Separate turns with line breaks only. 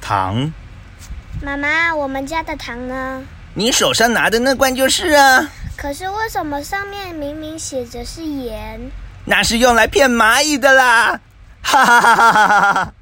糖。
妈妈，我们家的糖呢？
你手上拿的那罐就是啊，
可是为什么上面明明写着是盐？
那是用来骗蚂蚁的啦！哈哈哈哈哈哈！